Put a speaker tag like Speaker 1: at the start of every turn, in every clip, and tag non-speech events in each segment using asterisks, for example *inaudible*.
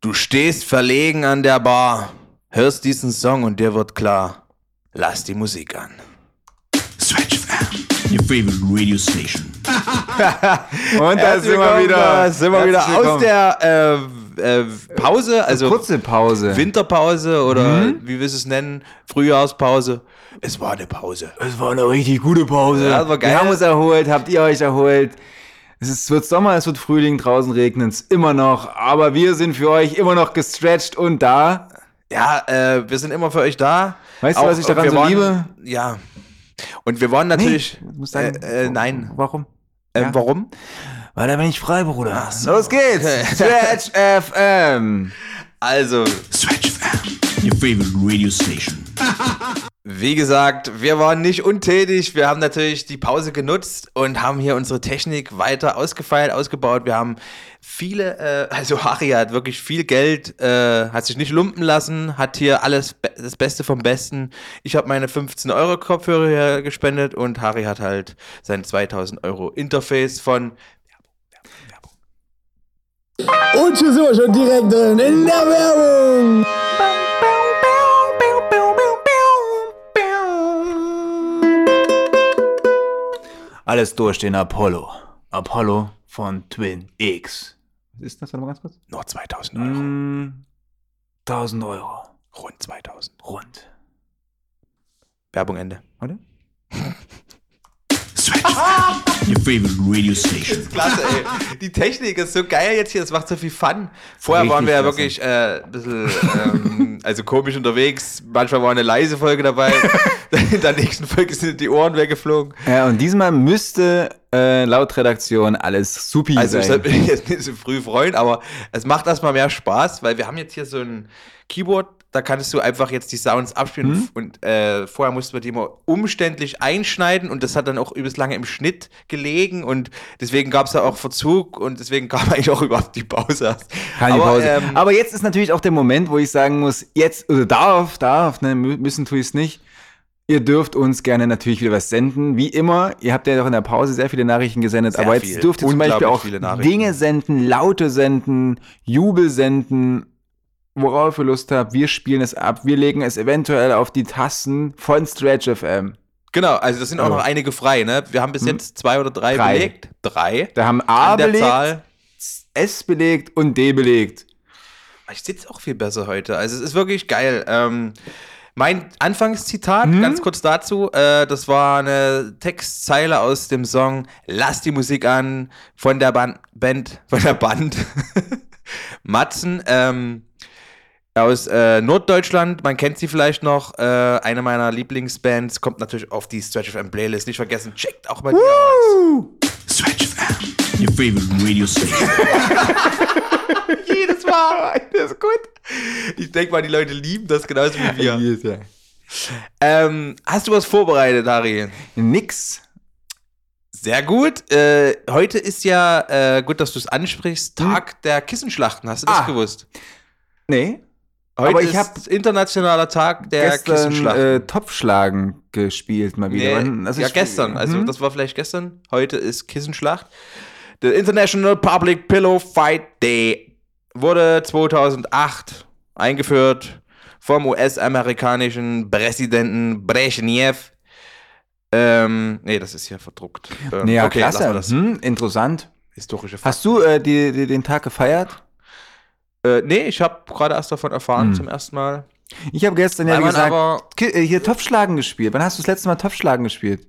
Speaker 1: Du stehst verlegen an der Bar, hörst diesen Song und dir wird klar, lass die Musik an.
Speaker 2: Switch FM, your favorite radio station.
Speaker 3: Und da sind wir wieder.
Speaker 1: sind wir wieder
Speaker 3: Herzlich
Speaker 1: aus
Speaker 3: willkommen.
Speaker 1: der äh, äh, Pause, also
Speaker 3: kurze Mhm. Pause.
Speaker 1: Winterpause oder wie wir es nennen, Frühjahrspause. Es war eine Pause.
Speaker 3: Es war eine richtig gute Pause.
Speaker 1: Ja, das war geil.
Speaker 3: Wir haben uns erholt, habt ihr euch erholt. Es ist, wird Sommer, es wird Frühling, draußen regnet es immer noch, aber wir sind für euch immer noch gestretched und da.
Speaker 1: Ja, äh, wir sind immer für euch da.
Speaker 3: Weißt du, was ich daran
Speaker 1: wir
Speaker 3: so
Speaker 1: waren,
Speaker 3: liebe?
Speaker 1: Ja. Und wir waren natürlich.
Speaker 3: Nee, muss sagen,
Speaker 1: äh, äh, nein.
Speaker 3: Warum?
Speaker 1: Äh,
Speaker 3: Ja.
Speaker 1: Warum?
Speaker 3: Weil da bin ich frei, Bruder.
Speaker 1: *laughs*
Speaker 3: Los geht's! *laughs* Stretch FM!
Speaker 1: Also,
Speaker 2: Switch FM, your favorite radio station.
Speaker 1: wie gesagt, wir waren nicht untätig. Wir haben natürlich die Pause genutzt und haben hier unsere Technik weiter ausgefeilt, ausgebaut. Wir haben viele, äh, also *laughs* Harry hat wirklich viel Geld, äh, hat sich nicht lumpen lassen, hat hier alles be das Beste vom Besten. Ich habe meine 15 Euro Kopfhörer hier gespendet und Harry hat halt sein 2000 Euro Interface von
Speaker 4: Und hier sind wir schon direkt drin in der Werbung.
Speaker 3: Alles durch den Apollo. Apollo von Twin X. Was ist das? Warte mal ganz kurz.
Speaker 1: noch 2000 Euro.
Speaker 3: Mm, 1000 Euro.
Speaker 1: Rund 2000.
Speaker 3: Rund.
Speaker 1: Werbung Ende.
Speaker 3: Warte.
Speaker 2: Switch FM, your favorite radio station.
Speaker 1: Klasse, ey. Die Technik ist so geil jetzt hier, das macht so viel Fun. Vorher
Speaker 3: Richtig
Speaker 1: waren wir ja
Speaker 3: klasse.
Speaker 1: wirklich äh, ein bisschen ähm, also komisch unterwegs. Manchmal war eine leise Folge
Speaker 3: *laughs*
Speaker 1: dabei. *laughs* In der nächsten Folge sind die Ohren weggeflogen.
Speaker 3: Ja, Äh, und diesmal müsste äh, laut Redaktion alles supi
Speaker 1: Also ich
Speaker 3: sein.
Speaker 1: sollte mich jetzt nicht so früh freuen, aber es macht erstmal mehr Spaß, weil wir haben jetzt hier so ein Keyboard, da kannst du einfach jetzt die Sounds abspielen
Speaker 3: Hm?
Speaker 1: und äh, vorher mussten wir die immer umständlich einschneiden und das hat dann auch übelst lange im Schnitt gelegen und deswegen gab es da auch Verzug und deswegen kam *laughs* eigentlich auch überhaupt die Pause erst.
Speaker 3: Keine
Speaker 1: aber,
Speaker 3: Pause. Ah.
Speaker 1: Ähm,
Speaker 3: Aber jetzt ist natürlich auch der Moment, wo ich sagen muss, jetzt, oder darf, darf, ne, mü- müssen tue ich es nicht. Ihr dürft uns gerne natürlich wieder was senden. Wie immer, ihr habt ja doch in der Pause sehr viele Nachrichten gesendet,
Speaker 1: Sehr
Speaker 3: aber
Speaker 1: viel.
Speaker 3: jetzt dürft ihr zum Beispiel
Speaker 1: Unglaublich
Speaker 3: auch
Speaker 1: viele Nachrichten.
Speaker 3: Dinge senden, Laute senden, Jubel senden, worauf ihr Lust habt. Wir spielen es ab. Wir legen es eventuell auf die Tasten von Stretch FM.
Speaker 1: genau, also das sind auch
Speaker 3: Ja.
Speaker 1: noch einige frei, ne? Wir haben bis jetzt zwei oder drei,
Speaker 3: Hm? Drei.
Speaker 1: belegt. Drei.
Speaker 3: Da haben A
Speaker 1: An der
Speaker 3: belegt,
Speaker 1: Zahl.
Speaker 3: S belegt und D belegt.
Speaker 1: Ich sitze auch viel besser heute. Also es ist wirklich geil. Ähm, mein Anfangszitat, ganz kurz dazu, äh, das war eine Textzeile aus dem Song Lass die Musik an von der Ban Band, von der Band *laughs* Matzen ähm, aus äh, Norddeutschland. Man kennt sie vielleicht noch. Äh, eine meiner Lieblingsbands kommt natürlich auf die Stretch FM Playlist. Nicht vergessen, checkt auch mal die aus.
Speaker 2: Switch FM, your favorite radio station.
Speaker 1: Jedes
Speaker 3: *laughs*
Speaker 1: Mal. Das ist gut. Ich denke mal, die Leute lieben das genauso wie wir. Ähm, hast du was vorbereitet, Harry?
Speaker 3: Nix.
Speaker 1: Sehr gut. Äh, heute ist ja, äh, gut, dass du es ansprichst, Tag der Kissenschlachten. Hast du das
Speaker 3: Hm. Ah.
Speaker 1: gewusst?
Speaker 3: Nee.
Speaker 1: Heute
Speaker 3: Aber ich hab
Speaker 1: ist internationaler Tag der
Speaker 3: gestern
Speaker 1: Kissenschlachten.
Speaker 3: äh, Topfschlagen gespielt mal wieder. Wann-
Speaker 1: nee,
Speaker 3: also
Speaker 1: ja,
Speaker 3: ich-
Speaker 1: gestern. Also
Speaker 3: Mhm.
Speaker 1: das war vielleicht gestern. Heute ist Kissenschlacht. Der International Public Pillow Fight Day wurde 2008 eingeführt vom US-amerikanischen Präsidenten Brezhnev. Ähm, nee, das ist hier verdruckt. Ähm,
Speaker 3: nee, ja,
Speaker 1: lassen wir
Speaker 3: klasse.
Speaker 1: das.
Speaker 3: Hm, interessant.
Speaker 1: Historische Fakten.
Speaker 3: Hast du äh, die, die, den Tag gefeiert?
Speaker 1: Äh, nee, ich habe gerade erst davon
Speaker 3: Hm.
Speaker 1: erfahren zum ersten Mal.
Speaker 3: Ich habe gestern ja, wie
Speaker 1: Weil man
Speaker 3: gesagt,
Speaker 1: aber-
Speaker 3: Ki- äh, hier Topfschlagen gespielt. Wann hast du das letzte Mal Topfschlagen gespielt?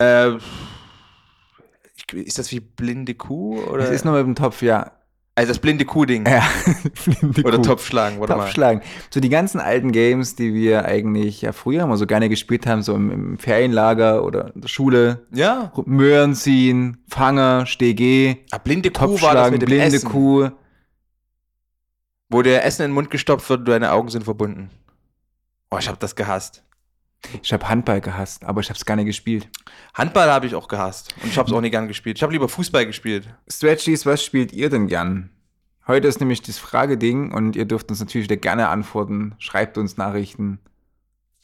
Speaker 1: Äh, ich- ist das wie blinde Kuh? Oder?
Speaker 3: Das ist nur mit dem Topf, ja. *laughs*
Speaker 1: also das blinde Kuh-Ding.
Speaker 3: ja.
Speaker 1: Oder
Speaker 3: Kuh.
Speaker 1: Topfschlagen, warte mal.
Speaker 3: Topfschlagen. So die ganzen alten Games, die wir eigentlich ja früher mal so gerne gespielt haben, so im, im Ferienlager oder in der Schule.
Speaker 1: Ja.
Speaker 3: Möhren ziehen, Fanger, StG,
Speaker 1: Ah, blinde Kuh war das
Speaker 3: Topfschlagen,
Speaker 1: mit dem
Speaker 3: blinde
Speaker 1: Essen.
Speaker 3: Kuh.
Speaker 1: Wo dir Essen in den Mund gestopft wird und deine Augen sind verbunden. Oh, ich habe das gehasst.
Speaker 3: Ich habe Handball gehasst, aber ich habe es gar nicht gespielt.
Speaker 1: Handball habe ich auch gehasst. Und ich habe es auch nie gern gespielt. Ich habe lieber Fußball gespielt.
Speaker 3: Stretchies, was spielt ihr denn gern? Heute ist nämlich das Frageding und ihr dürft uns natürlich wieder gerne antworten. Schreibt uns Nachrichten.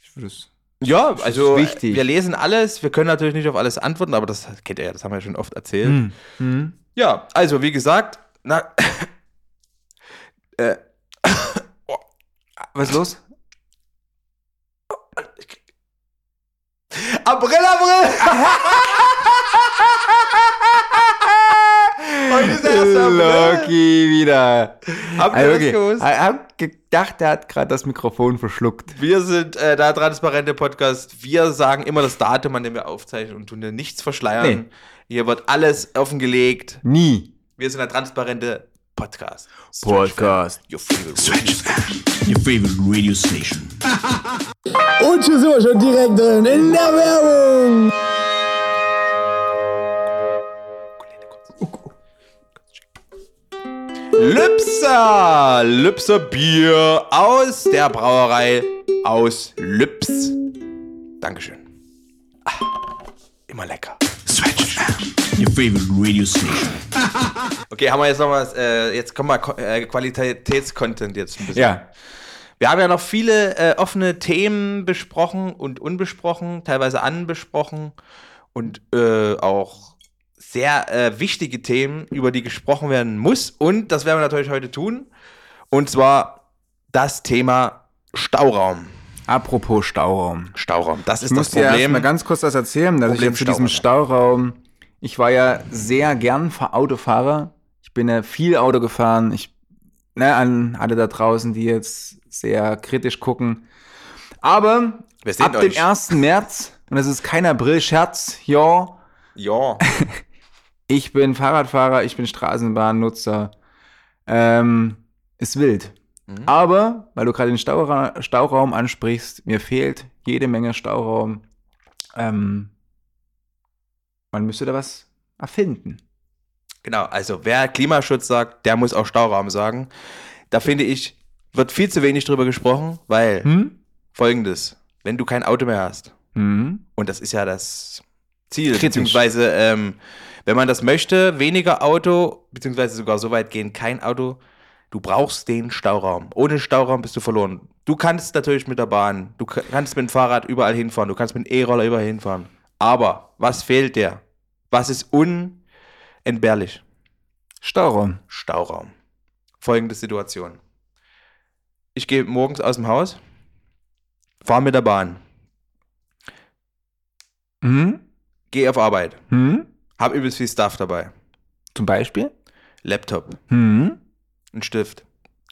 Speaker 3: Ich würde es.
Speaker 1: Ja,
Speaker 3: ist
Speaker 1: also
Speaker 3: wichtig.
Speaker 1: wir lesen alles. Wir können natürlich nicht auf alles antworten, aber das kennt ihr ja, das haben wir ja schon oft erzählt.
Speaker 3: Hm. Hm.
Speaker 1: Ja, also wie gesagt, na, Äh,
Speaker 3: Was ist *laughs* los?
Speaker 1: *laughs* April, April! Heute ist der erste April.
Speaker 3: Loki wieder.
Speaker 1: Habt ihr
Speaker 3: ne? Also,
Speaker 1: das
Speaker 3: okay.
Speaker 1: gewusst?
Speaker 3: Ich hab gedacht, der hat gerade das Mikrofon verschluckt.
Speaker 1: Wir sind äh, der transparente Podcast. Wir sagen immer das Datum, an dem wir aufzeichnen und tun dir nichts verschleiern.
Speaker 3: Nee.
Speaker 1: Hier wird alles offengelegt.
Speaker 3: Nie.
Speaker 1: Wir sind der transparente Podcast.
Speaker 3: Podcast.
Speaker 1: Your favorite
Speaker 2: Switch FM, your favorite radio station.
Speaker 4: Und schon sind wir schon direkt drin in der Werbung.
Speaker 1: Lübser! Lübser Bier aus der Brauerei aus Lübs. Dankeschön. Ah, immer lecker.
Speaker 2: Switch FM, your favorite radio station.
Speaker 1: Okay, haben wir jetzt noch was. Äh, jetzt kommen wir Ko- äh, Qualitätscontent jetzt ein bisschen.
Speaker 3: Ja.
Speaker 1: Wir haben ja noch viele äh, offene Themen besprochen und unbesprochen, teilweise anbesprochen und äh, auch sehr äh, wichtige Themen, über die gesprochen werden muss. Und das werden wir natürlich heute tun. Und zwar das Thema Stauraum.
Speaker 3: Apropos Stauraum.
Speaker 1: Stauraum, das ist
Speaker 3: Ich
Speaker 1: das
Speaker 3: muss dir erst
Speaker 1: Problem.
Speaker 3: mal ganz kurz das erzählen, dass
Speaker 1: Problem
Speaker 3: ich ja zu diesem Stauraum, ich war ja sehr gern Fa- Autofahrer. Ich bin ja viel Auto gefahren. Ich, ne, an alle da draußen, die jetzt sehr kritisch gucken. Aber
Speaker 1: Wir sehen
Speaker 3: ab dem
Speaker 1: euch.
Speaker 3: 1. März, und das ist kein April-Scherz, ja,
Speaker 1: ja,
Speaker 3: ich bin Fahrradfahrer, ich bin Straßenbahnnutzer. Ähm, ist wild.
Speaker 1: Mhm.
Speaker 3: Aber, weil du gerade den Staura Stauraum ansprichst, mir fehlt jede Menge Stauraum. Ähm, man müsste da was erfinden.
Speaker 1: genau. Also wer Klimaschutz sagt, der muss auch Stauraum sagen. Da finde ich, wird viel zu wenig drüber gesprochen, weil
Speaker 3: Hm?
Speaker 1: folgendes, wenn du kein Auto mehr hast,
Speaker 3: Hm?
Speaker 1: Und das ist ja das Ziel.
Speaker 3: Kritisch.
Speaker 1: Beziehungsweise, ähm, wenn man das möchte, weniger Auto, beziehungsweise sogar so weit gehen, kein Auto. Du brauchst den Stauraum. Ohne Stauraum bist du verloren. Du kannst natürlich mit der Bahn, du k- kannst mit dem Fahrrad überall hinfahren, du kannst mit dem E-Roller überall hinfahren. Aber was fehlt dir? Was ist unentbehrlich?
Speaker 3: Stauraum.
Speaker 1: Stauraum. Folgende Situation. Ich gehe morgens aus dem Haus, fahre mit der Bahn,
Speaker 3: Hm?
Speaker 1: gehe auf Arbeit,
Speaker 3: Hm?
Speaker 1: habe übelst viel Stuff dabei.
Speaker 3: Zum Beispiel?
Speaker 1: Laptop,
Speaker 3: Hm?
Speaker 1: ein Stift,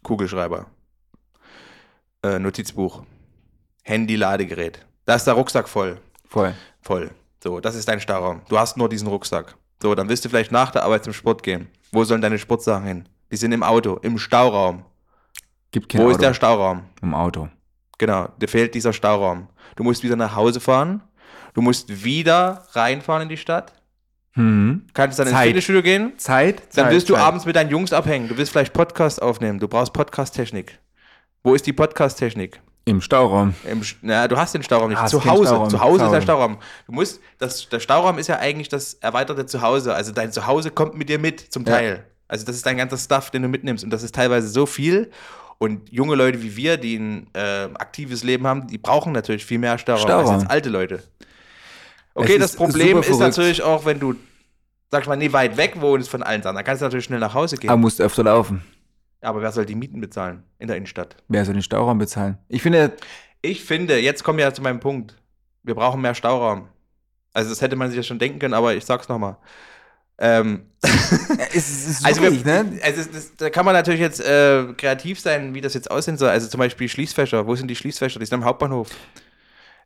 Speaker 1: Kugelschreiber, äh, Notizbuch, Handy, Ladegerät. Da ist der Rucksack voll.
Speaker 3: Voll.
Speaker 1: Voll. So, das ist dein Starraum. Du hast nur diesen Rucksack. So, dann willst du vielleicht nach der Arbeit zum Sport gehen. Wo sollen deine Sportsachen hin? Die sind im Auto, im Stauraum.
Speaker 3: Gibt kein
Speaker 1: Wo
Speaker 3: Auto.
Speaker 1: ist der Stauraum?
Speaker 3: Im Auto.
Speaker 1: Genau, dir fehlt dieser Stauraum. Du musst wieder nach Hause fahren. Du musst wieder reinfahren in die Stadt.
Speaker 3: Hm?
Speaker 1: Kannst dann ins
Speaker 3: Zeit.
Speaker 1: Fitnessstudio gehen.
Speaker 3: Zeit?
Speaker 1: Dann
Speaker 3: Zeit,
Speaker 1: willst du
Speaker 3: Zeit.
Speaker 1: abends mit deinen Jungs abhängen. Du willst vielleicht Podcast aufnehmen. Du brauchst Podcast-Technik. Wo ist die Podcast-Technik?
Speaker 3: Im Stauraum.
Speaker 1: Im Sch- Na, du hast den Stauraum nicht.
Speaker 3: Ah, hast
Speaker 1: zu
Speaker 3: keinen
Speaker 1: Hause.
Speaker 3: Stauraum.
Speaker 1: Zu Hause ist der
Speaker 3: Stauraum.
Speaker 1: Stauraum. Du musst, das, der Stauraum ist ja eigentlich das erweiterte Zuhause. Also dein Zuhause kommt mit dir mit, zum
Speaker 3: Ja.
Speaker 1: Teil. Also das ist dein ganzer Stuff, den du mitnimmst. Und das ist teilweise so viel. Und junge Leute wie wir, die ein äh, aktives Leben haben, die brauchen natürlich viel mehr Stauraum,
Speaker 3: Stauraum.
Speaker 1: als jetzt alte Leute. Okay,
Speaker 3: ist
Speaker 1: das Problem
Speaker 3: super
Speaker 1: ist
Speaker 3: verrückt.
Speaker 1: natürlich auch, wenn du, sag ich mal, nie weit weg wohnst von allen Sachen, dann kannst du natürlich schnell nach Hause gehen.
Speaker 3: Aber musst öfter laufen.
Speaker 1: Aber wer soll die Mieten bezahlen in der Innenstadt?
Speaker 3: Wer soll den Stauraum bezahlen? Ich finde,
Speaker 1: Ich finde, jetzt kommen wir ja zu meinem Punkt. Wir brauchen mehr Stauraum. Also das hätte man sich ja schon denken können, aber ich sag's nochmal. Ähm,
Speaker 3: es ist, es ist
Speaker 1: also,
Speaker 3: wirklich,
Speaker 1: wir,
Speaker 3: ne?
Speaker 1: also das, da kann man natürlich jetzt äh, kreativ sein, wie das jetzt aussehen soll. Also zum Beispiel Schließfächer. Wo sind die Schließfächer? Die sind am Hauptbahnhof.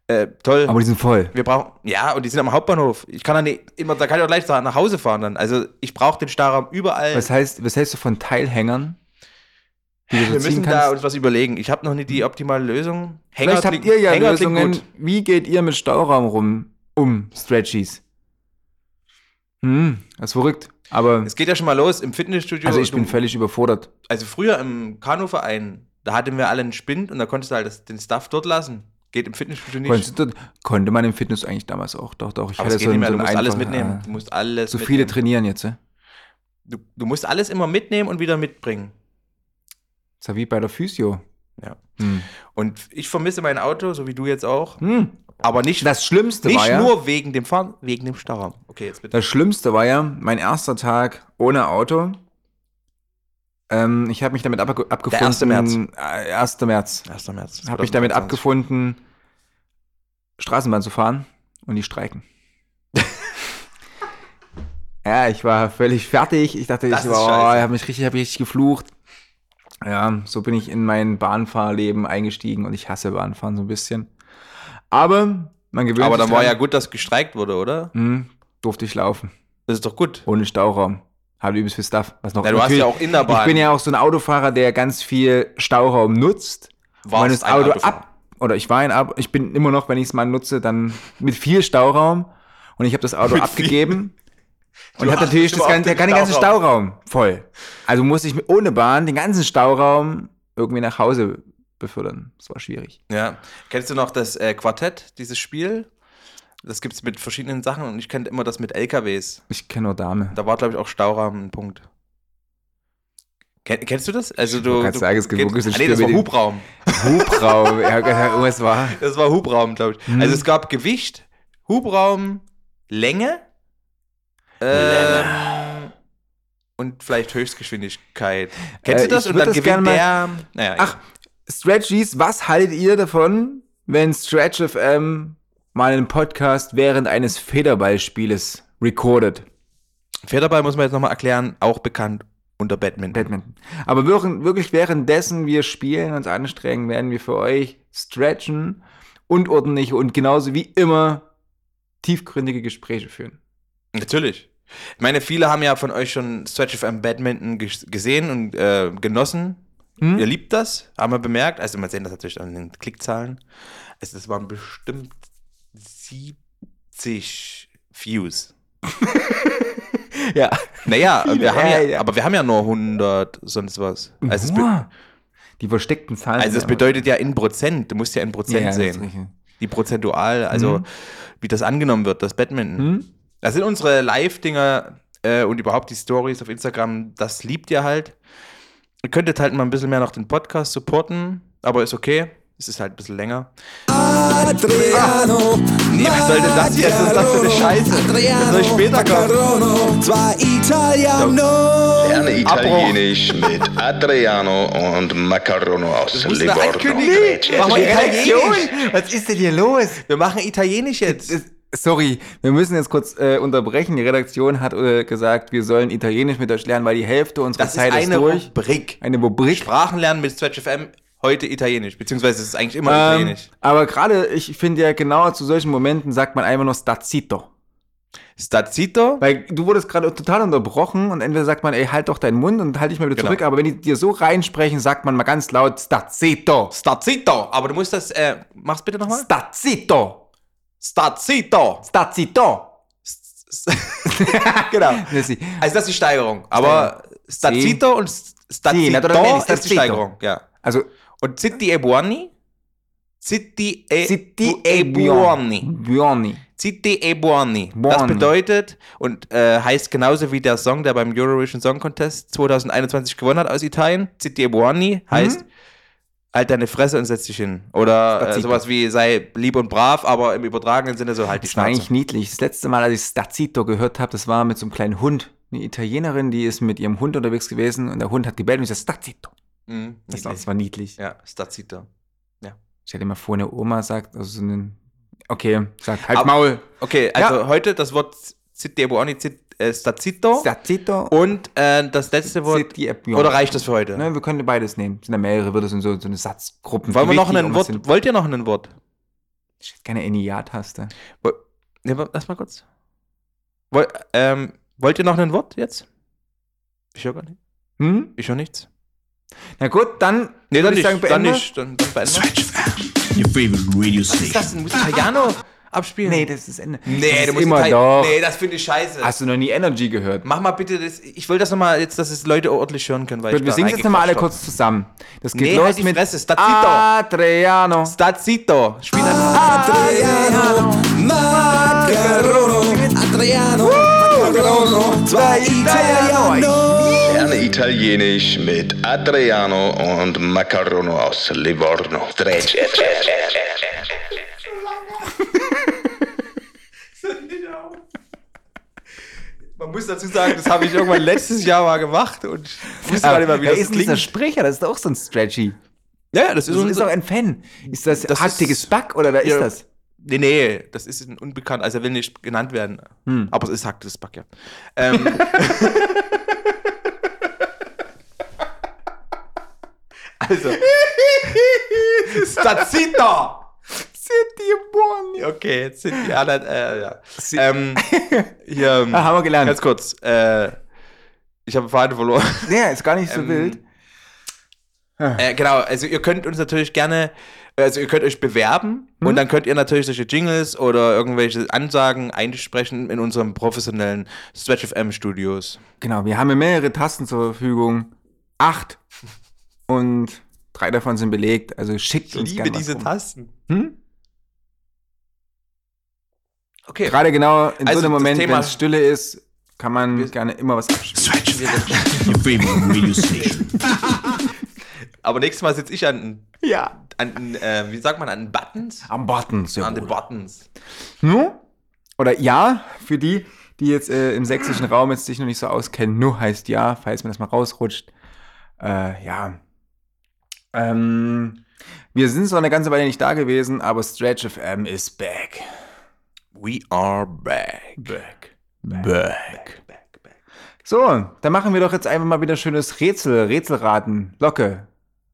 Speaker 1: Äh, toll.
Speaker 3: Aber die sind voll.
Speaker 1: wir brauchen, ja, und die sind am Hauptbahnhof. Ich kann dann nicht immer, da kann ich auch gleich nach Hause fahren dann. Also ich brauche den Stauraum überall.
Speaker 3: Was heißt, was heißt du von Teilhängern? Die du so
Speaker 1: wir
Speaker 3: ziehen
Speaker 1: müssen da
Speaker 3: kannst?
Speaker 1: uns was überlegen. Ich habe noch nicht die optimale Lösung. Hänger
Speaker 3: Vielleicht habt
Speaker 1: klingt-
Speaker 3: ihr ja
Speaker 1: Hänger klingt
Speaker 3: Lösungen.
Speaker 1: gut.
Speaker 3: Wie geht ihr mit Stauraum rum? Um Stretchies. Hm, das ist verrückt. Aber
Speaker 1: Es geht ja schon mal los im Fitnessstudio.
Speaker 3: also ich
Speaker 1: Du-
Speaker 3: bin völlig überfordert.
Speaker 1: also früher im Kanuverein, da hatten wir alle einen Spind und da konntest du halt das, den Stuff dort lassen. Geht im Fitnessstudio nicht.
Speaker 3: Konntest du- Konnte man im Fitness eigentlich damals auch. Doch, doch. Ich
Speaker 1: aber es geht
Speaker 3: so
Speaker 1: nicht
Speaker 3: einen-
Speaker 1: mehr, du
Speaker 3: so einen
Speaker 1: musst alles
Speaker 3: einfachen-
Speaker 1: mitnehmen. Du musst alles
Speaker 3: So viele
Speaker 1: mitnehmen.
Speaker 3: trainieren jetzt. ne?
Speaker 1: Du, du musst alles immer mitnehmen und wieder mitbringen.
Speaker 3: Ist ja wie bei der Physio.
Speaker 1: Ja.
Speaker 3: Hm.
Speaker 1: Und ich vermisse mein Auto, so wie du jetzt auch.
Speaker 3: Hm.
Speaker 1: Aber nicht,
Speaker 3: Das Schlimmste war
Speaker 1: nicht
Speaker 3: ja,
Speaker 1: nur wegen dem Fahren, wegen dem Stauraum. Okay, jetzt bitte.
Speaker 3: Das Schlimmste war ja, mein erster Tag ohne Auto. Ähm, ich habe mich damit abge abgefunden.
Speaker 1: Der 1. März.
Speaker 3: Äh, 1. März.
Speaker 1: 1. März.
Speaker 3: Habe mich damit
Speaker 1: 2023.
Speaker 3: abgefunden, Straßenbahn zu fahren und
Speaker 1: *laughs*
Speaker 3: die streiken. ja, ich war völlig fertig. Ich dachte,
Speaker 1: Das
Speaker 3: ich
Speaker 1: ist scheiße.
Speaker 3: war, oh, habe mich richtig, habe richtig geflucht. Ja, so bin ich in mein Bahnfahrleben eingestiegen und ich hasse Bahnfahren so ein bisschen. Aber man gewöhnt
Speaker 1: Aber
Speaker 3: sich
Speaker 1: dann war ja
Speaker 3: dran.
Speaker 1: gut, dass gestreikt wurde, oder?
Speaker 3: Hm, durfte ich laufen.
Speaker 1: Das ist doch gut.
Speaker 3: Ohne Stauraum. Habe übelst viel Stuff. Was noch
Speaker 1: Ja, du hast
Speaker 3: natürlich-
Speaker 1: ja auch in der Bahn.
Speaker 3: Ich bin ja auch so ein Autofahrer, der ganz viel Stauraum nutzt. Und
Speaker 1: Warst
Speaker 3: wenn das
Speaker 1: ein
Speaker 3: Auto
Speaker 1: Autofahrer.
Speaker 3: ab oder ich war ein ab, ich bin immer noch, wenn ich es mal nutze, dann mit viel Stauraum und ich habe das Auto
Speaker 1: Mit
Speaker 3: abgegeben. Und
Speaker 1: Du
Speaker 3: ich habe
Speaker 1: achtest
Speaker 3: natürlich das
Speaker 1: immer auf
Speaker 3: ganze,
Speaker 1: den
Speaker 3: der ganze
Speaker 1: Stauraum.
Speaker 3: Stauraum voll. Also musste ich mit- ohne Bahn den ganzen Stauraum irgendwie nach Hause befördern. Das war schwierig.
Speaker 1: Ja. Kennst du noch das äh, Quartett, dieses Spiel? Das gibt's mit verschiedenen Sachen und ich kenne immer das mit LKWs.
Speaker 3: Ich kenne nur Dame.
Speaker 1: *laughs* Da war, glaube ich, auch Staurahmen ein Punkt. Ken kennst du das? Also
Speaker 3: wollte
Speaker 1: du.
Speaker 3: gerade
Speaker 1: du
Speaker 3: sagen, es gibt
Speaker 1: kennst-
Speaker 3: wirklich so ein
Speaker 1: ah, nee,
Speaker 3: Spiel
Speaker 1: das war
Speaker 3: mit dem-
Speaker 1: Hubraum.
Speaker 3: Hubraum. ja, ja, irgendwas war.
Speaker 1: Das war Hubraum, glaube ich.
Speaker 3: Hm.
Speaker 1: Also es gab Gewicht, Hubraum, Länge, ähm, und vielleicht Höchstgeschwindigkeit. Kennst
Speaker 3: Äh,
Speaker 1: du das?
Speaker 3: ich
Speaker 1: Und
Speaker 3: würd
Speaker 1: dann
Speaker 3: das gerne
Speaker 1: gewinnt
Speaker 3: mal-
Speaker 1: der. Naja,
Speaker 3: Ach, Stretchies, was haltet ihr davon, wenn Stretch FM mal einen Podcast während eines Federballspieles recordet?
Speaker 1: Federball muss man jetzt nochmal erklären, auch bekannt unter Batman.
Speaker 3: Badminton. Aber wir- wirklich währenddessen wir spielen, uns anstrengen, werden wir für euch stretchen und ordentlich und genauso wie immer tiefgründige Gespräche führen.
Speaker 1: Natürlich. Ich meine, viele haben ja von euch schon Stretch FM Badminton ges- gesehen und äh, genossen.
Speaker 3: Hm?
Speaker 1: Ihr liebt das, haben wir bemerkt. Also, man sehen das natürlich an den Klickzahlen. Also, das waren bestimmt 70 Views.
Speaker 3: *laughs* Ja. *laughs*
Speaker 1: Naja, wir haben ja,
Speaker 3: Ja, ja.
Speaker 1: aber wir haben ja nur 100, sonst was. Also, es, be
Speaker 3: Boah. die versteckten Zahlen.
Speaker 1: also es
Speaker 3: sind immer-
Speaker 1: bedeutet ja in Prozent. Du musst ja in Prozent
Speaker 3: ja, Mhm.
Speaker 1: sehen.
Speaker 3: sehen.
Speaker 1: die prozentual, also wie das angenommen wird, das Badminton.
Speaker 3: Hm?
Speaker 1: Das sind unsere Live-Dinger äh, und überhaupt die Stories auf Instagram, das liebt ihr halt. Ihr könntet halt mal ein bisschen mehr noch den Podcast supporten, aber ist okay. Es ist halt ein bisschen länger. Ah,
Speaker 5: Adriano,
Speaker 1: Nee, was soll denn das hier? Was ist das für eine Scheiße? Das soll später kommen.
Speaker 5: Macarono, zwei Italiano.
Speaker 6: Lerne
Speaker 1: Abbruch.
Speaker 6: Italienisch mit Adriano und Macarono aus
Speaker 1: musst eine
Speaker 6: Livorno.
Speaker 1: Ankündigung. Nee, mach mal
Speaker 3: Die
Speaker 1: Italienisch.
Speaker 3: Redaktion, Was ist denn hier los?
Speaker 1: Wir machen Italienisch jetzt.
Speaker 3: Es- Sorry, wir müssen jetzt kurz äh, unterbrechen. Die Redaktion hat äh, gesagt, wir sollen Italienisch mit euch lernen, weil die Hälfte unserer
Speaker 1: Das ist
Speaker 3: Zeit
Speaker 1: eine
Speaker 3: ist durch.
Speaker 1: Rubrik.
Speaker 3: Eine Rubrik.
Speaker 1: Sprachen lernen mit Stretch FM, heute Italienisch. Beziehungsweise es ist eigentlich immer
Speaker 3: Ähm,
Speaker 1: Italienisch.
Speaker 3: aber gerade, ich finde ja genau zu solchen Momenten sagt man einfach nur Stazito.
Speaker 1: Stazzito.
Speaker 3: Weil du wurdest gerade total unterbrochen und entweder sagt man, ey, halt doch deinen Mund und halt dich mal wieder
Speaker 1: Genau.
Speaker 3: zurück. Aber wenn die dir so reinsprechen, sagt man mal ganz laut Stazito.
Speaker 1: Stazzito. Aber du musst das, äh, mach's bitte nochmal.
Speaker 3: Stazito.
Speaker 1: Stazzito.
Speaker 3: Stazito. *laughs*
Speaker 1: genau.
Speaker 3: Nessi.
Speaker 1: *laughs* Also das ist die Steigerung. Aber Stazzito und
Speaker 3: Sì,
Speaker 1: Stazzito
Speaker 3: naturalmente,
Speaker 1: ist die
Speaker 3: Stazzito.
Speaker 1: Steigerung. Ja.
Speaker 3: Also,
Speaker 1: Und Zitti e buoni? Zitti e,
Speaker 3: City
Speaker 1: e buoni.
Speaker 3: Buoni.
Speaker 1: Zitti e buoni. Das
Speaker 3: Buoni.
Speaker 1: bedeutet und äh, heißt genauso wie der Song, der beim Eurovision Song Contest 2021 gewonnen hat aus Italien. Zitti e buoni heißt
Speaker 3: Mhm.
Speaker 1: halt deine Fresse und setz dich hin. Oder äh,
Speaker 3: Stazzito.
Speaker 1: sowas wie sei lieb und brav, aber im übertragenen Sinne so halt die
Speaker 3: Das war
Speaker 1: Schnauze.
Speaker 3: eigentlich niedlich. Das letzte Mal, als ich Stazito gehört habe, das war mit so einem kleinen Hund. Eine Italienerin, die ist mit ihrem Hund unterwegs gewesen und der Hund hat gebellt und ich sag Stazito.
Speaker 1: Mhm,
Speaker 3: Das, war- das
Speaker 1: niedlich.
Speaker 3: war niedlich.
Speaker 1: ja, Stazzito.
Speaker 3: Stell dir mal vor, eine Oma sagt, also so einen, okay, sag halt
Speaker 1: Aber-
Speaker 3: Maul.
Speaker 1: Okay,
Speaker 3: Ja.
Speaker 1: also heute das Wort Zitdebuoni, Zit, äh, Stazito.
Speaker 3: Stazito
Speaker 1: und äh, das letzte Wort.
Speaker 3: Zitti e Buoni.
Speaker 1: Oder reicht das für heute?
Speaker 3: Ne, wir können beides nehmen. Sind ja mehrere Wörter, sind so, so eine Satzgruppen.
Speaker 1: Wollen wir
Speaker 3: die
Speaker 1: noch
Speaker 3: wichtig
Speaker 1: ein
Speaker 3: irgendwas
Speaker 1: Wort?
Speaker 3: sind.
Speaker 1: Wollt ihr noch ein Wort?
Speaker 3: Ich hätte gerne eine Ja-Taste.
Speaker 1: Wo- Ne, wa- lass mal kurz. Woll, ähm, wollt ihr noch ein Wort jetzt? Ich höre gar nicht.
Speaker 3: Hm?
Speaker 1: Ich höre nichts.
Speaker 3: Na gut, dann.
Speaker 1: Nee,
Speaker 3: würde
Speaker 1: dann
Speaker 3: ich
Speaker 1: nicht.
Speaker 3: sagen,
Speaker 1: dann
Speaker 3: beende.
Speaker 1: nicht. Dann, dann beenden wir.
Speaker 2: Switch FM, your favorite radio
Speaker 1: Ist
Speaker 2: station.
Speaker 1: das ein Italiano abspielen?
Speaker 3: Nee, das ist Ende.
Speaker 1: nee,
Speaker 3: das
Speaker 1: du
Speaker 3: ist
Speaker 1: musst
Speaker 3: immer
Speaker 1: Itali-
Speaker 3: doch.
Speaker 1: Nee, das finde ich scheiße.
Speaker 3: Hast du noch nie Energy gehört?
Speaker 1: Mach mal bitte das. Ich will das nochmal jetzt, dass es Leute ordentlich hören können, weil
Speaker 3: Gut,
Speaker 1: ich
Speaker 3: wir
Speaker 1: da
Speaker 3: singen jetzt nochmal alle
Speaker 1: reingequatscht
Speaker 3: kurz zusammen. Das geht
Speaker 1: Nee,
Speaker 3: los
Speaker 1: halt die
Speaker 3: mit
Speaker 1: Fresse, Stazito.
Speaker 3: Adriano.
Speaker 1: hab. Stazito. Spiel einfach.
Speaker 5: Adriano, Macarono, Adriano, Macarono, zwei Italiano.
Speaker 6: Lerne Italienisch mit Adriano und Macarono aus Livorno. Stretch FM.
Speaker 1: Man muss dazu sagen, das habe ich irgendwann letztes Jahr mal gemacht und ich wusste gar nicht mal, wie
Speaker 3: Äh, Wer
Speaker 1: das
Speaker 3: ist denn dieser
Speaker 1: klingt.
Speaker 3: Sprecher? Das ist doch so ein Stretchy.
Speaker 1: Ja, ja, das ist,
Speaker 3: Das ist
Speaker 1: unser-
Speaker 3: doch ein Fan. Ist das,
Speaker 1: Das
Speaker 3: Arktiges
Speaker 1: ist-
Speaker 3: Back oder wer ist
Speaker 1: Ja.
Speaker 3: das?
Speaker 1: Nee, nee, das ist ein unbekannt, also er will nicht genannt werden. Aber es ist Hacktes Back, ja. Ähm. *laughs* also. Stazita! Sind die Okay, jetzt sind die anderen, äh, ja. Ähm, hier, ähm,
Speaker 3: Ah, haben wir gelernt.
Speaker 1: ganz kurz, äh, ich habe Faden verloren.
Speaker 3: Ja, ist gar nicht
Speaker 1: Ähm,
Speaker 3: so wild.
Speaker 1: Äh, genau, also ihr könnt uns natürlich gerne, also ihr könnt euch bewerben und dann könnt ihr natürlich solche Jingles oder irgendwelche Ansagen einsprechen in unserem professionellen Stretch FM Studios.
Speaker 3: Genau, wir haben hier mehrere Tasten zur Verfügung. Acht. Und drei davon sind belegt. Also schickt uns gerne was rum.
Speaker 1: Tasten.
Speaker 3: Hm?
Speaker 1: Okay,
Speaker 3: Gerade genau in
Speaker 1: Also
Speaker 3: so einem
Speaker 1: das
Speaker 3: Moment, wenn
Speaker 1: Thema-
Speaker 3: es stille ist, kann man gerne immer was abspielen.
Speaker 2: Stretch FM, your favorite radio station.
Speaker 1: aber nächstes Mal sitze ich an,
Speaker 3: Ja.
Speaker 1: an äh, wie sagt man, an Buttons?
Speaker 3: Am Button, sehr
Speaker 1: An
Speaker 3: gut.
Speaker 1: den Buttons.
Speaker 3: Nu? Oder ja, für die, die jetzt äh, im sächsischen Raum jetzt sich noch nicht so auskennen, nu heißt ja, falls man das mal rausrutscht. Äh, ja. Ähm, wir sind so eine ganze Weile nicht da gewesen, aber Stretch FM is back.
Speaker 1: We are back.
Speaker 3: Back.
Speaker 1: Back. back, back.
Speaker 3: So, dann machen wir doch jetzt einfach mal wieder schönes Rätsel, Rätselraten. Locke,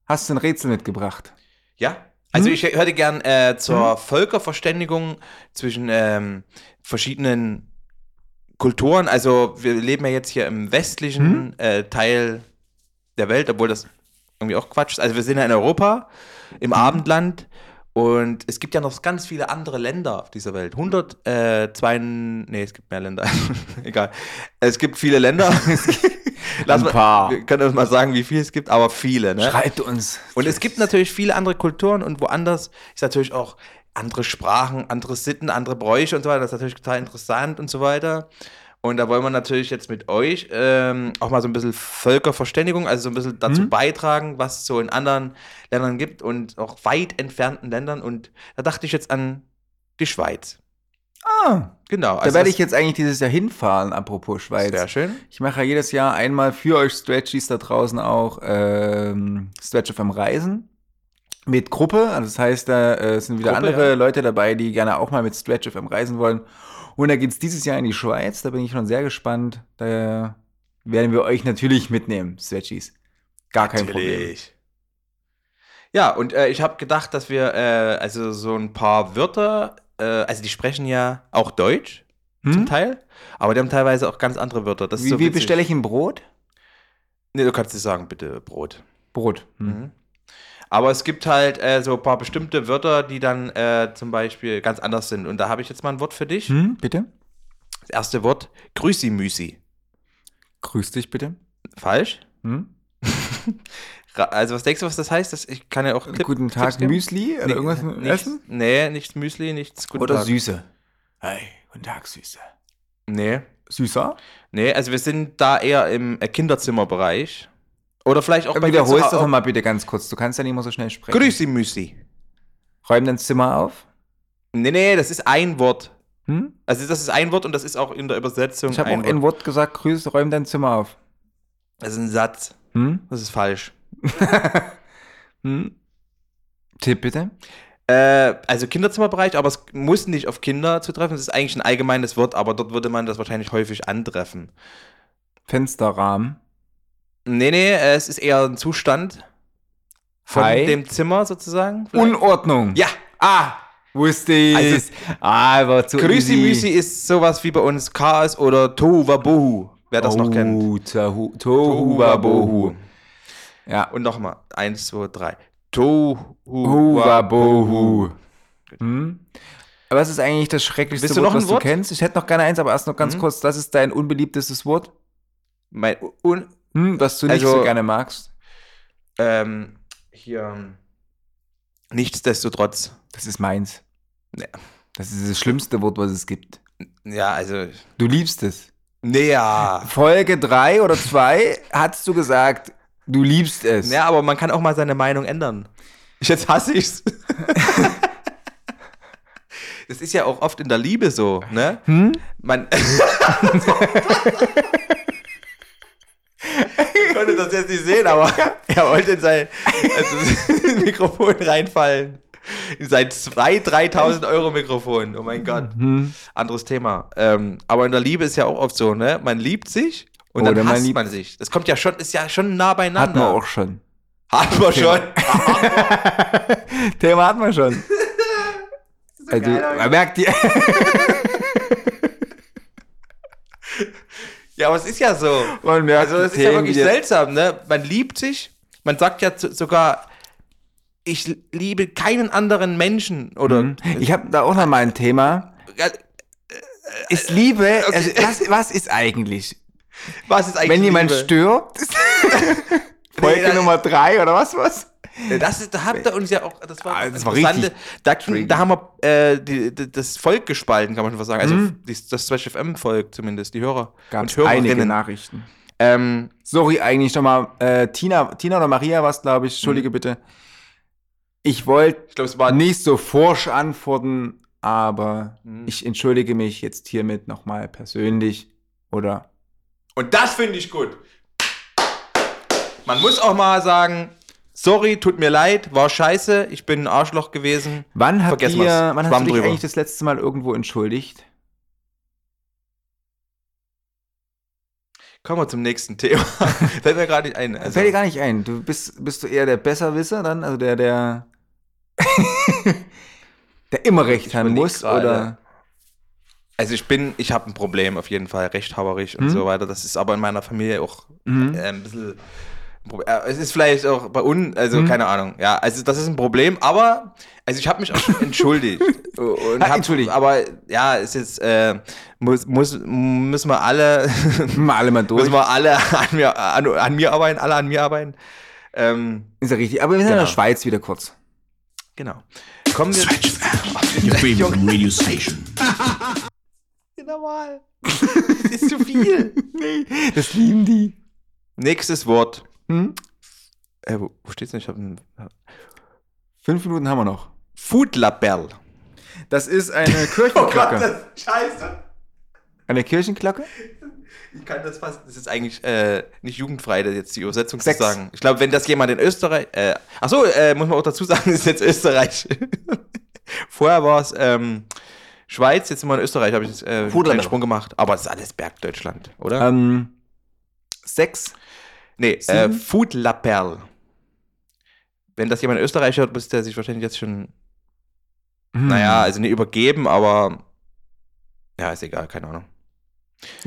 Speaker 3: hast du ein Rätsel mitgebracht?
Speaker 1: Ja. Also
Speaker 3: Mhm.
Speaker 1: ich hätte gern äh, zur Völkerverständigung zwischen ähm, verschiedenen Kulturen. Also wir leben ja jetzt hier im westlichen
Speaker 3: Mhm.
Speaker 1: äh, Teil der Welt, obwohl das irgendwie auch Quatsch ist. Also wir sind ja in Europa, im
Speaker 3: Mhm.
Speaker 1: Abendland. Und es gibt ja noch ganz viele andere Länder auf dieser Welt. 100, äh, zwei, nee, es gibt mehr Länder. *laughs* Egal. Es gibt viele Länder. *laughs* Lass
Speaker 3: Ein
Speaker 1: mal-
Speaker 3: paar.
Speaker 1: Wir können uns mal sagen, wie viel es gibt, aber viele. Ne?
Speaker 3: Schreibt uns.
Speaker 1: Und es gibt natürlich viele andere Kulturen und woanders ist natürlich auch andere Sprachen, andere Sitten, andere Bräuche und so weiter. Das ist natürlich total interessant und so weiter. Und da wollen wir natürlich jetzt mit euch ähm, auch mal so ein bisschen Völkerverständigung, also so ein bisschen
Speaker 3: Mhm.
Speaker 1: dazu beitragen, was es so in anderen Ländern gibt und auch weit entfernten Ländern. Und da dachte ich jetzt an die Schweiz.
Speaker 3: Ah,
Speaker 1: Genau.
Speaker 3: da werde ich jetzt eigentlich dieses Jahr hinfahren, apropos Schweiz.
Speaker 1: Sehr schön.
Speaker 3: Ich mache ja jedes Jahr einmal für euch Stretchies da draußen auch ähm, Stretch FM Reisen mit Gruppe. Also das heißt, da äh, sind wieder
Speaker 1: Gruppe,
Speaker 3: andere
Speaker 1: ja.
Speaker 3: Leute dabei, die gerne auch mal mit Stretch FM reisen wollen. Und da geht's dieses Jahr in die Schweiz. Da bin ich schon sehr gespannt. Da werden wir euch natürlich mitnehmen, Stretchies. Gar kein Problem.
Speaker 1: Natürlich. Ja, und äh, ich habe gedacht, dass wir äh, also so ein paar Wörter, äh, also die sprechen ja auch Deutsch zum
Speaker 3: Hm?
Speaker 1: Teil, aber die haben teilweise auch ganz andere Wörter. Das ist
Speaker 3: Wie,
Speaker 1: so
Speaker 3: wie
Speaker 1: witzig.
Speaker 3: bestelle ich ein Brot?
Speaker 1: Nee, du kannst nicht sagen, bitte Brot.
Speaker 3: Brot. Hm.
Speaker 1: Mhm. Aber es gibt halt äh, so ein paar bestimmte Wörter, die dann äh, zum Beispiel ganz anders sind. Und da habe ich jetzt mal ein Wort für dich.
Speaker 3: Hm, bitte?
Speaker 1: Das erste Wort, Grüßimüsi.
Speaker 3: Grüß dich bitte.
Speaker 1: Falsch?
Speaker 3: *laughs* Hm?
Speaker 1: Ra also was denkst du, was das heißt? Das, ich kann ja auch Tipp-
Speaker 3: Guten
Speaker 1: Tipps
Speaker 3: Tag,
Speaker 1: geben.
Speaker 3: Müsli oder Äh, irgendwas mit
Speaker 1: nichts,
Speaker 3: essen?
Speaker 1: Nee, nichts Müsli, nichts Guten
Speaker 3: Oder
Speaker 1: Tag.
Speaker 3: Süße. Hey, guten Tag, Süße.
Speaker 1: Nee.
Speaker 3: Süßer?
Speaker 1: Nee, also wir sind da eher im äh, Kinderzimmerbereich. Oder vielleicht auch bei dir
Speaker 3: Wiederholst
Speaker 1: zu
Speaker 3: das
Speaker 1: Hau-
Speaker 3: nochmal bitte ganz kurz. Du kannst ja nicht immer so schnell sprechen.
Speaker 1: Grüßi Müsi.
Speaker 3: Räum dein Zimmer auf.
Speaker 1: Nee, nee, das ist ein Wort.
Speaker 3: Hm?
Speaker 1: Also das ist ein Wort und das ist auch in der Übersetzung
Speaker 3: Ich habe auch
Speaker 1: ein
Speaker 3: in Wort gesagt, grüß, räum dein Zimmer auf.
Speaker 1: Das ist ein Satz.
Speaker 3: Hm?
Speaker 1: Das ist falsch.
Speaker 3: Hm? Tipp bitte.
Speaker 1: Äh, also Kinderzimmerbereich, aber es muss nicht auf Kinder zutreffen. Es ist eigentlich ein allgemeines Wort, aber dort würde man das wahrscheinlich häufig antreffen.
Speaker 3: Fensterrahmen.
Speaker 1: Nee, nee, äh, es ist eher ein Zustand von
Speaker 3: Hi.
Speaker 1: dem Zimmer sozusagen. vielleicht.
Speaker 3: Unordnung.
Speaker 1: ja,
Speaker 3: Ah, wusste ich.
Speaker 1: Also-
Speaker 3: ah, war zu
Speaker 1: Grüßi Müsi
Speaker 3: easy.
Speaker 1: ist sowas wie bei uns Chaos oder Tohu Wabohu, wer das noch kennt.
Speaker 3: Oh, Tahu- Tohu Wabohu. Ja.
Speaker 1: Und nochmal. Eins, zwei, drei. Tohu.
Speaker 3: Huwabohu. Hm? Aber was ist eigentlich das schrecklichste
Speaker 1: Willst du
Speaker 3: Wort,
Speaker 1: noch ein
Speaker 3: was
Speaker 1: Wort? Hm?
Speaker 3: du kennst? Ich hätte noch gerne eins, aber erst noch ganz kurz. Das ist dein unbeliebtestes Wort,
Speaker 1: Mein, un,
Speaker 3: hm, was du nicht
Speaker 1: Also-
Speaker 3: so gerne magst.
Speaker 1: ähm, hier. ähm, Nichtsdestotrotz.
Speaker 3: Das ist meins. Ne.
Speaker 1: Nee.
Speaker 3: Das ist das schlimmste Wort, was es gibt.
Speaker 1: Ja, also.
Speaker 3: Du liebst es. *laughs*
Speaker 1: Naja.
Speaker 3: Folge 3 oder *laughs* 2 hast du gesagt, du liebst es.
Speaker 1: Ja, aber man kann auch mal seine Meinung ändern. Jetzt hasse ich's.
Speaker 3: Hm?
Speaker 1: das ist ja auch oft in der Liebe so, ne? Man, *laughs* Ich konnte das jetzt nicht sehen, aber er wollte in sein also, *laughs* Mikrofon reinfallen. In sein 2.000, 3.000 Euro Mikrofon. Oh mein Gott.
Speaker 3: Mhm.
Speaker 1: Anderes Thema. Ähm, aber in der Liebe ist ja auch oft so, ne? Man liebt sich und
Speaker 3: Oder
Speaker 1: dann
Speaker 3: man
Speaker 1: hasst man,
Speaker 3: liebt-
Speaker 1: sich. Das kommt ja schon, ist ja schon nah beieinander.
Speaker 3: Hatten wir auch schon.
Speaker 1: Hatten wir schon.
Speaker 3: *laughs* Thema hatten wir *laughs* schon. also, man merkt die. *laughs*
Speaker 1: Ja, aber es ist ja so.
Speaker 3: Man merkt
Speaker 1: Also es
Speaker 3: die
Speaker 1: ist ja
Speaker 3: Themen,
Speaker 1: wirklich
Speaker 3: die-
Speaker 1: seltsam, ne? Man liebt sich, man sagt ja zu- sogar, ich liebe keinen anderen Menschen oder
Speaker 3: Ich habe da auch noch mal ein Thema.
Speaker 1: Ja,
Speaker 3: Ist Liebe, also was, was ist eigentlich?
Speaker 1: was ist eigentlich
Speaker 3: Wenn jemand
Speaker 1: Liebe?
Speaker 3: stirbt? *laughs* Folge
Speaker 1: das-
Speaker 3: Nummer drei oder was was?
Speaker 1: Das ist, da habt ihr uns ja auch, das war,
Speaker 3: Ah, das war
Speaker 1: interessante-
Speaker 3: richtig
Speaker 1: da, da haben wir äh, die, die, das Volk gespalten, kann man schon fast sagen. Also die, das Switch FM Volk zumindest, die Hörer
Speaker 3: Mhm. Gab's
Speaker 1: und
Speaker 3: einige
Speaker 1: Hörerinnen.
Speaker 3: Nachrichten.
Speaker 1: Ähm,
Speaker 3: Sorry, eigentlich nochmal. Äh, Tina, Tina oder Maria was, glaube ich. Entschuldige bitte. Ich wollte
Speaker 1: Mhm. ich glaube, es war
Speaker 3: nicht so forsch antworten, aber
Speaker 1: Mhm.
Speaker 3: ich entschuldige mich jetzt hiermit nochmal persönlich. Oder
Speaker 1: und das finde ich gut. Man muss auch mal sagen, sorry, tut mir leid, war scheiße, ich bin ein Arschloch gewesen.
Speaker 3: wann habt
Speaker 1: Vergessen
Speaker 3: ihr,
Speaker 1: wir's.
Speaker 3: wann hast
Speaker 1: Schwamm
Speaker 3: du dich
Speaker 1: drüber.
Speaker 3: eigentlich das letzte Mal irgendwo entschuldigt?
Speaker 1: Kommen wir zum nächsten
Speaker 3: *laughs*
Speaker 1: Thema. Fällt mir gerade nicht ein. Also,
Speaker 3: Fällt dir gar nicht ein. Du bist, bist du eher der Besserwisser dann, also der,
Speaker 1: *laughs*
Speaker 3: der, der immer recht haben
Speaker 1: überleg
Speaker 3: muss
Speaker 1: gerade.
Speaker 3: oder
Speaker 1: also ich bin, ich habe ein Problem auf jeden Fall, rechthaberisch
Speaker 3: Hm?
Speaker 1: und so weiter. Das ist aber in meiner Familie auch
Speaker 3: Mhm.
Speaker 1: äh, ein bisschen. ein Problem. Äh, Es ist vielleicht auch bei uns, also
Speaker 3: Hm?
Speaker 1: keine Ahnung, ja, also das ist ein Problem, aber, also ich habe mich auch schon
Speaker 3: *laughs*
Speaker 1: entschuldigt. und
Speaker 3: Ah, entschuldigt.
Speaker 1: Aber ja, es ist, äh, muss, muss, müssen wir alle,
Speaker 3: *laughs*
Speaker 1: *laughs*
Speaker 3: mal alle mal durch.
Speaker 1: müssen wir alle an mir, an, an mir arbeiten, alle an mir arbeiten. Ähm,
Speaker 3: Ist ja richtig. Aber wir sind in
Speaker 1: Genau.
Speaker 3: der Schweiz wieder
Speaker 1: *laughs*
Speaker 3: kurz.
Speaker 1: genau. Kommen wir.
Speaker 2: Switch FM, your favorite radio station.
Speaker 1: normal. das *laughs* ist zu viel.
Speaker 3: Das lieben die.
Speaker 1: Nächstes Wort.
Speaker 3: Hm?
Speaker 1: Äh, wo, wo steht's denn? Ich hab ein
Speaker 3: Fünf Minuten haben wir noch. Oh
Speaker 1: Foodlabel.
Speaker 3: Das ist *laughs* eine Kirchenglocke.
Speaker 1: scheiße.
Speaker 3: eine Kirchenglocke?
Speaker 1: Ich kann das fast. Das ist eigentlich äh, nicht jugendfrei, das jetzt die Übersetzung
Speaker 3: Sechs.
Speaker 1: zu sagen. Ich glaube, wenn das jemand in Österreich. Äh, achso, äh, muss man auch dazu sagen, *laughs* das ist jetzt Österreich. *laughs* Vorher war es ähm, Schweiz, jetzt sind wir in Österreich, habe ich jetzt, äh, einen
Speaker 3: Foodlabel.
Speaker 1: kleinen Sprung gemacht. Aber das ist alles Bergdeutschland, oder?
Speaker 3: Ähm, sechs.
Speaker 1: Nee, äh,
Speaker 3: Sieben?
Speaker 1: Food Lapel. Wenn das jemand in Österreich hört, muss der sich wahrscheinlich jetzt schon,
Speaker 3: Hm.
Speaker 1: naja, also nicht übergeben, aber ja, ist egal, keine Ahnung.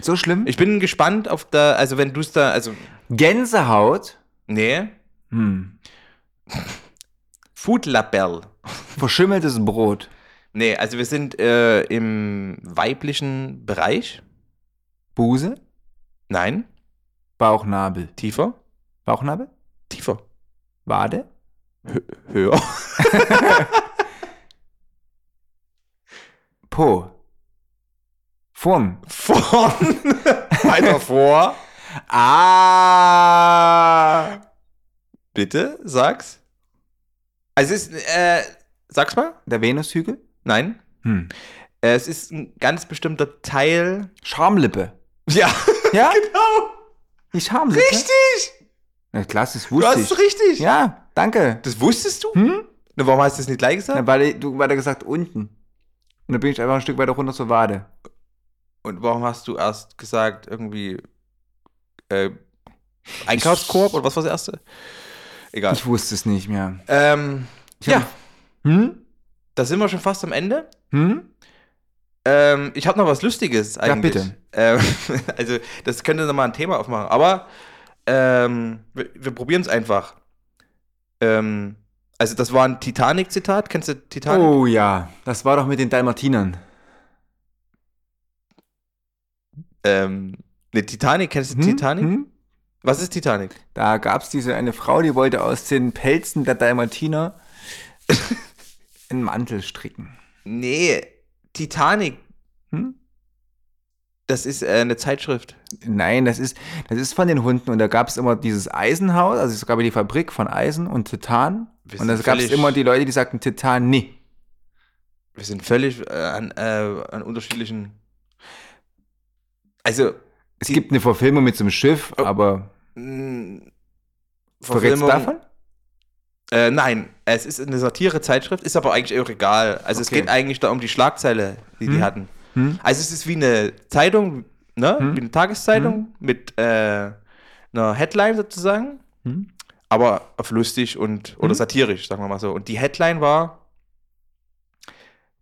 Speaker 3: So schlimm?
Speaker 1: Ich bin gespannt auf da, also wenn du es da, also,
Speaker 3: Gänsehaut.
Speaker 1: nee,
Speaker 3: Hm.
Speaker 1: Food Label.
Speaker 3: Verschimmeltes Brot.
Speaker 1: Nee, also wir sind äh, im weiblichen Bereich.
Speaker 3: Buse.
Speaker 1: Nein,
Speaker 3: Bauchnabel.
Speaker 1: tiefer,
Speaker 3: Bauchnabel?
Speaker 1: tiefer,
Speaker 3: Wade?
Speaker 1: höher. *laughs*
Speaker 3: Po. Vorn.
Speaker 1: Vorn, *laughs* weiter vor.
Speaker 3: Ah!
Speaker 1: Bitte, sag's. Also es ist, äh, sag's mal.
Speaker 3: Der Venushügel?
Speaker 1: Nein.
Speaker 3: Hm.
Speaker 1: Äh, Es ist ein ganz bestimmter Teil.
Speaker 3: *laughs* Schamlippe.
Speaker 1: Ja,
Speaker 3: Ja?
Speaker 1: genau.
Speaker 3: Die Schamlippe?
Speaker 1: Richtig.
Speaker 3: Na, klasse, das
Speaker 1: Du
Speaker 3: wusste
Speaker 1: hast es
Speaker 3: ich.
Speaker 1: richtig.
Speaker 3: Ja, danke.
Speaker 1: Das wusstest du? Hm? Na, warum hast du es nicht gleich gesagt?
Speaker 3: Dann war die, du war da gesagt unten. Und dann bin ich einfach ein Stück weiter runter zur Wade.
Speaker 1: Und warum hast du erst gesagt, irgendwie äh, Einkaufskorb oder was war das erste? Egal.
Speaker 3: Ich wusste es nicht mehr.
Speaker 1: Ähm, ja,
Speaker 3: Hm?
Speaker 1: da sind wir schon fast am Ende.
Speaker 3: Hm?
Speaker 1: Ähm, ich habe noch was Lustiges eigentlich.
Speaker 3: bitte.
Speaker 1: Ähm, *laughs* also, das könnte nochmal ein Thema aufmachen. Aber ähm, wir, wir probieren es einfach. Ähm, also, das war ein Titanic-Zitat. Kennst du Titanic?
Speaker 3: Oh ja, das war doch mit den Dalmatinern.
Speaker 1: Ähm, ne, Titanic. Kennst du
Speaker 3: Hm?
Speaker 1: Titanic?
Speaker 3: Hm?
Speaker 1: Was ist Titanic?
Speaker 3: Da gab es diese eine Frau, die wollte aus den Pelzen
Speaker 1: *laughs*
Speaker 3: der Dalmatiner einen Mantel stricken.
Speaker 1: Nee, Titanic.
Speaker 3: Hm?
Speaker 1: Das ist äh, eine Zeitschrift.
Speaker 3: Nein, das ist, das ist von den Hunden. Und da gab es immer dieses Eisenhaus, also es gab ja die Fabrik von Eisen und Titan.
Speaker 1: Wir
Speaker 3: und
Speaker 1: sind
Speaker 3: da gab es
Speaker 1: völlig-
Speaker 3: immer die Leute, die sagten Titan, nee.
Speaker 1: Wir sind völlig äh, an, äh, an unterschiedlichen. Also,
Speaker 3: Es gibt eine Verfilmung mit so einem Schiff,
Speaker 1: Oh.
Speaker 3: aber verrätst du
Speaker 1: mm, Verfilmung-
Speaker 3: davon?
Speaker 1: Äh, nein, es ist eine Satire-Zeitschrift, ist aber eigentlich auch egal. Also es
Speaker 3: Okay. Hm.
Speaker 1: geht eigentlich da um die Schlagzeile, die die hatten. Also es ist wie eine Zeitung, ne?
Speaker 3: Hm.
Speaker 1: Wie eine Tageszeitung mit äh, einer Headline sozusagen, aber auf lustig und
Speaker 3: Mhm.
Speaker 1: oder satirisch, sagen wir mal so. Und die Headline war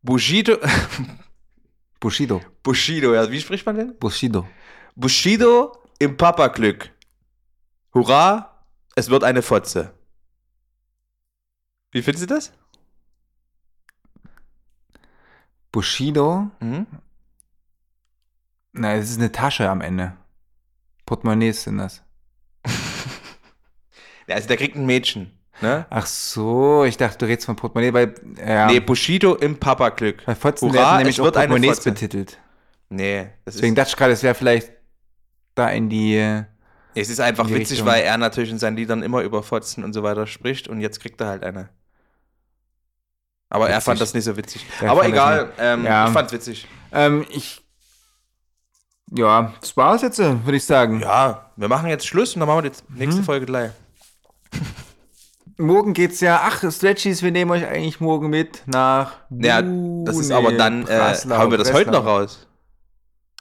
Speaker 1: Bushido, *laughs*
Speaker 3: Bushido.
Speaker 1: Bushido, ja, wie spricht man denn?
Speaker 3: Bushido.
Speaker 1: Bushido im Papa-Glück. Hurra, es wird eine Fotze. Wie findest du das?
Speaker 3: Bushido.
Speaker 1: Mhm.
Speaker 3: Nein, es ist eine Tasche am Ende. Portemonnaies sind das.
Speaker 1: Ja, also der kriegt ein Mädchen. Ne?
Speaker 3: Ach so, ich dachte, du redest von Portemonnaie, weil. Ja,
Speaker 1: Nee, Bushido im Papa-Glück.
Speaker 3: bei Fotzen
Speaker 1: Hurra,
Speaker 3: werden
Speaker 1: es
Speaker 3: nämlich auch
Speaker 1: wird eine
Speaker 3: Portemonnaies
Speaker 1: Fotze.
Speaker 3: betitelt.
Speaker 1: Nee, das
Speaker 3: Deswegen
Speaker 1: ist,
Speaker 3: dachte ich gerade, es wäre vielleicht da in die. äh,
Speaker 1: es ist einfach
Speaker 3: in die
Speaker 1: witzig,
Speaker 3: Richtung.
Speaker 1: weil er natürlich in seinen Liedern immer über Fotzen und so weiter spricht und jetzt kriegt er halt eine. Aber er
Speaker 3: Witzig.
Speaker 1: fand das nicht so witzig.
Speaker 3: Er
Speaker 1: Aber
Speaker 3: fand das
Speaker 1: egal,
Speaker 3: nicht-
Speaker 1: ähm,
Speaker 3: Ja.
Speaker 1: ich fand's witzig.
Speaker 3: Ähm, ich. Ja, das war's jetzt, würde ich sagen.
Speaker 1: Ja, wir machen jetzt Schluss und dann machen wir die nächste Folge gleich.
Speaker 3: Morgen geht's ja. Ach, Stretchies, wir nehmen euch eigentlich morgen mit nach.
Speaker 1: Ja, das ist
Speaker 3: Bune,
Speaker 1: aber dann, äh,
Speaker 3: Breslau,
Speaker 1: hauen wir das heute
Speaker 3: Breslau.
Speaker 1: noch raus.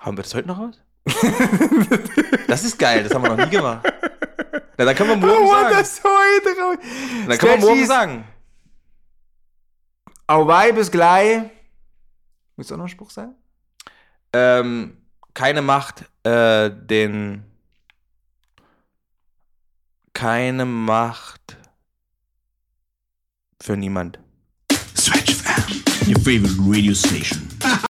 Speaker 1: Hauen wir das heute noch *laughs* raus? das ist geil, das haben wir noch nie *laughs* gemacht. Na, dann können wir morgen
Speaker 3: Oh,
Speaker 1: sagen.
Speaker 3: das heute raus.
Speaker 1: Dann können wir morgen
Speaker 3: Stretchies.
Speaker 1: sagen.
Speaker 3: Au wei, bis gleich. Muss auch noch ein Spruch sein?
Speaker 1: ähm, keine Macht äh, den keine Macht für niemand.
Speaker 2: Switch FM, your favorite radio station.